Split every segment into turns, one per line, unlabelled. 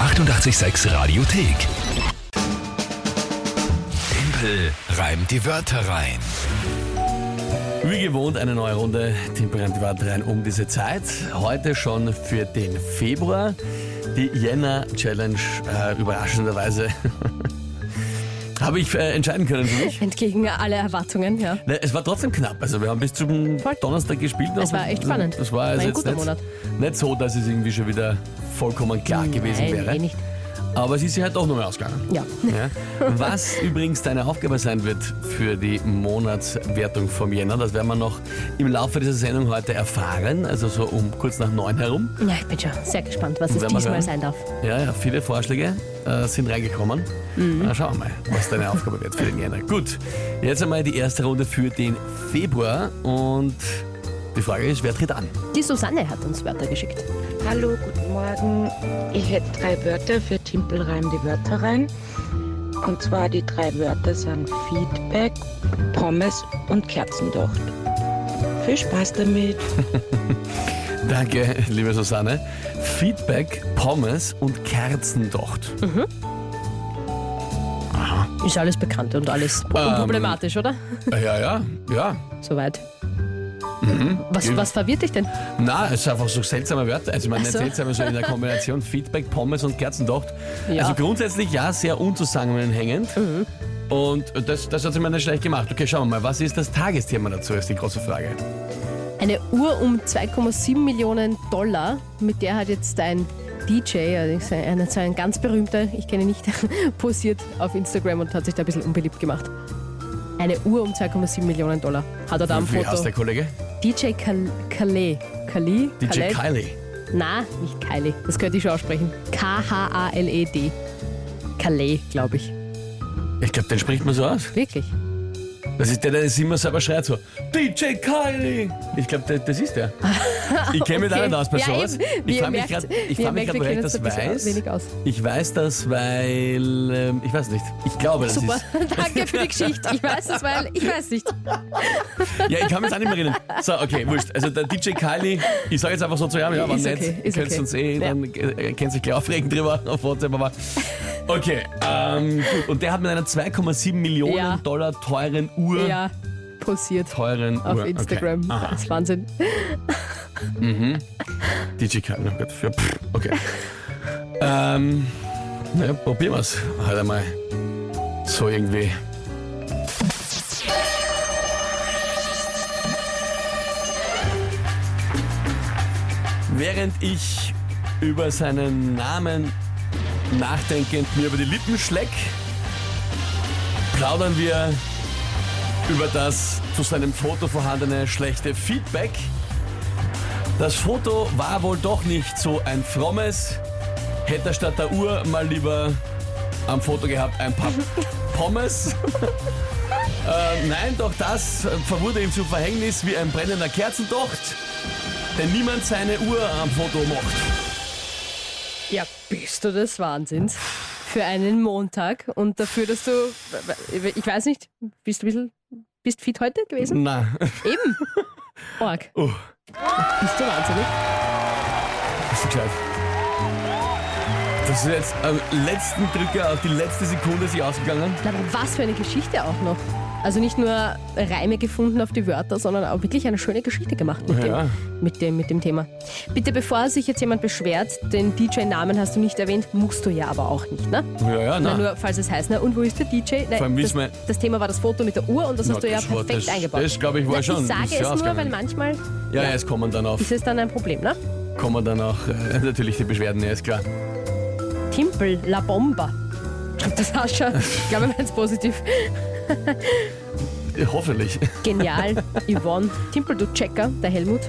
886 Radiothek. Tempel reimt die Wörter rein.
Wie gewohnt eine neue Runde Temperante Warte rein um diese Zeit. Heute schon für den Februar. Die Jänner Challenge, äh, überraschenderweise, habe ich äh, entscheiden können für mich.
Entgegen aller Erwartungen, ja.
Ne, es war trotzdem knapp. Also wir haben bis zum
Voll.
Donnerstag gespielt.
Es war echt spannend.
Das war, also
ein
jetzt
guter
nicht,
Monat.
nicht so, dass es irgendwie schon wieder vollkommen klar Ah, gewesen
Nein,
wäre.
eh nicht.
Aber es ist ja halt doch nochmal ausgegangen.
Ja.
Ja. Was übrigens deine Aufgabe sein wird für die Monatswertung vom Jänner, das werden wir noch im Laufe dieser Sendung heute erfahren, also so um kurz nach neun herum.
Ja, ich bin schon sehr gespannt, was es
Werden wir
diesmal
hören.
sein darf.
Ja, ja, viele Vorschläge äh, sind reingekommen. Na, schauen wir mal, was deine Aufgabe wird für den Jänner. Gut, jetzt einmal die erste Runde für den Februar und die Frage ist, wer tritt an?
Die Susanne hat uns Wörter geschickt.
Hallo, guten Morgen. Ich hätte drei Wörter für Timpelreim die Wörter rein. Und zwar die drei Wörter sind Feedback, Pommes und Kerzendocht. Viel Spaß damit.
Danke, liebe Susanne. Feedback, Pommes und Kerzendocht.
Ist alles bekannt und alles pro-
Ähm.
unproblematisch, oder?
Ja, ja, ja.
Soweit. Was,
Genau.
was verwirrt dich denn?
Na, es sind einfach so seltsame Wörter. Also, ich meine,
Ach
nicht
so.
seltsame, sondern in der Kombination Feedback, Pommes und Kerzendocht.
Ja. Mhm.
Also grundsätzlich ja, sehr unzusammenhängend. Und das, das hat sie mir nicht schlecht gemacht. Okay, schauen wir mal, was ist das Tagesthema dazu, ist die große Frage.
Eine Uhr um 2,7 Millionen Dollar, mit der hat jetzt ein DJ, also ich sei- einer so ein ganz berühmter, ich kenne ihn nicht, posiert auf Instagram und hat sich da ein bisschen unbeliebt gemacht. Eine Uhr um 2,7 Millionen Dollar hat er da am
Wie
Foto.
heißt der Kollege?
DJ Kal Kale. Kali?
DJ
Kale?
Kylie.
Na, nicht Kylie. Das könnte ich schon aussprechen. K-H-A-L-E-D. Calais, glaube ich.
Ich glaube, den spricht man so aus.
Wirklich?
Das ist der, der das immer selber schreit so, DJ Kylie. Ich glaube, das, das ist der. Ich kenne mich da
Okay.
nicht aus bei
Ja,
sowas.
eben. Wie
Ich
ihr
frage mich
merkt-
gerade, ich
wie ihr
frage mich
merkt,
gerade,
wir
woher ich
kennen uns
das
ein bisschen
weiß.
wenig aus.
Ich weiß das, weil, ähm, ich weiß nicht. Ich glaube, das
Super.
ist.
Danke für die Geschichte. Ich weiß es, weil ich weiß nicht.
Ja, ich kann mich jetzt auch nicht mehr erinnern. So, okay, wurscht. Also der DJ Kylie, ich sage jetzt einfach so zu ihm, ja, aber
Ist
nett.
okay, ist
Könnt's
okay.
uns eh,
Ja.
dann äh, kennt sich gleich aufregen drüber auf WhatsApp, aber. Okay, ähm, gut. Und der hat mit einer 2,7 Millionen
Ja.
Dollar teuren Uhr.
Ja, posiert
Teuren
auf
Uhr. Hm. Okay.
Instagram.
Aha,
Das ist Wahnsinn.
DJ Kylie, oh Gott, ja, pff, okay. ähm, na, ja, probieren wir's halt einmal. So irgendwie. Während ich über seinen Namen nachdenkend mir über die Lippen schleck, plaudern wir über das zu seinem Foto vorhandene schlechte Feedback. Das Foto war wohl doch nicht so ein frommes. Hätte er statt der Uhr mal lieber am Foto gehabt ein paar Pommes. äh, nein, doch das verwurde ihm zum Verhängnis wie ein brennender Kerzendocht, denn niemand seine Uhr am Foto mocht.
Ja, bist du des Wahnsinns. Für einen Montag und dafür, dass du, ich weiß nicht, bist du ein bisschen, bist fit heute gewesen?
Na,
Eben. Org.
uh,
Bist du wahnsinnig?
ist gescheit. Das ist jetzt am letzten Drücker auf die letzte Sekunde sich ausgegangen.
Na, aber was für eine Geschichte auch noch. Also nicht nur Reime gefunden auf die Wörter, sondern auch wirklich eine schöne Geschichte gemacht mit,
Ja.
dem, mit, dem, mit dem Thema. Bitte, bevor sich jetzt jemand beschwert, den DJ-Namen hast du nicht erwähnt, musst du ja aber auch nicht, ne?
Ja, ja,
Na,
na.
nur, falls es heißt, na, und wo ist der DJ? Na,
Vor allem
das,
wissen wir-
das Thema war das Foto mit der Uhr und das
Na,
hast du ja
das war-
perfekt
das-
eingebaut.
das, glaub ich, war
na,
schon
Ich sage
sehr
es nur,
ausgegangen.
weil manchmal
Ja, ja, es kommen dann auf.
ist es dann ein Problem, ne?
kommen dann auch äh, natürlich die Beschwerden, ja, ist klar.
Timpel, La Bomba. Schreibt das Sascha. Ich glaube, er meint es positiv.
Äh, Hoffentlich.
Genial, Yvonne. Timpel, du Checker, der Helmut.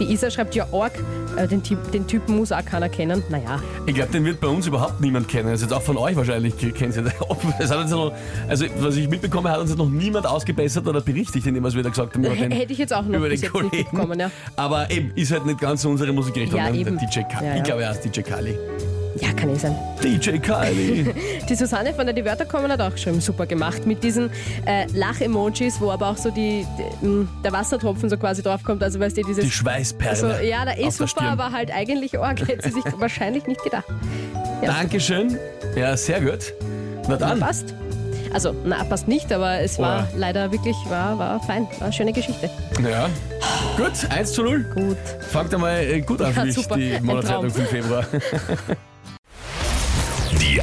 Die Isa schreibt ja Org. Äh, den, Typ, den Typen muss auch keiner kennen. Naja,
Ich glaube, den wird bei uns überhaupt niemand kennen. Das ist jetzt auch von euch wahrscheinlich kennt ihr. Es hat uns ja noch, also was ich mitbekomme, hat uns jetzt noch niemand ausgebessert oder berichtigt, indem was wir da gesagt haben über den,
hätte ich jetzt auch noch
über
bis
den
jetzt nicht
Kollegen.
mitbekommen. Ja.
Aber eben, ist halt nicht ganz so unsere Musikrichtung.
Ja,
ne?
eben.
Der DJ Ka
Ja, ja.
Ich glaube, er heißt DJ Kali.
Ja, kann eh sein.
DJ Kylie.
Die Susanne von der Die Wörter kommen hat auch schon super gemacht mit diesen äh, Lach-Emojis, wo aber auch so die, die, mh, der Wassertropfen so quasi draufkommt. Also weißt du, dieses...
Die Schweißperle.
so, Also, ja, da
auf
ist
der
super,
Stirn.
aber halt eigentlich arg. Hätte sie sich wahrscheinlich nicht gedacht.
Dankeschön. Ja, sehr gut. Na dann.
Passt. Also, na, passt nicht, aber es war leider wirklich, war, war fein. War eine schöne Geschichte.
Ja. Gut, 1 zu 0.
Gut.
Fangt einmal äh, gut an
Ja,
für mich,
super.
die
Ein
Monatszeitung
Traum.
vom Februar.
Die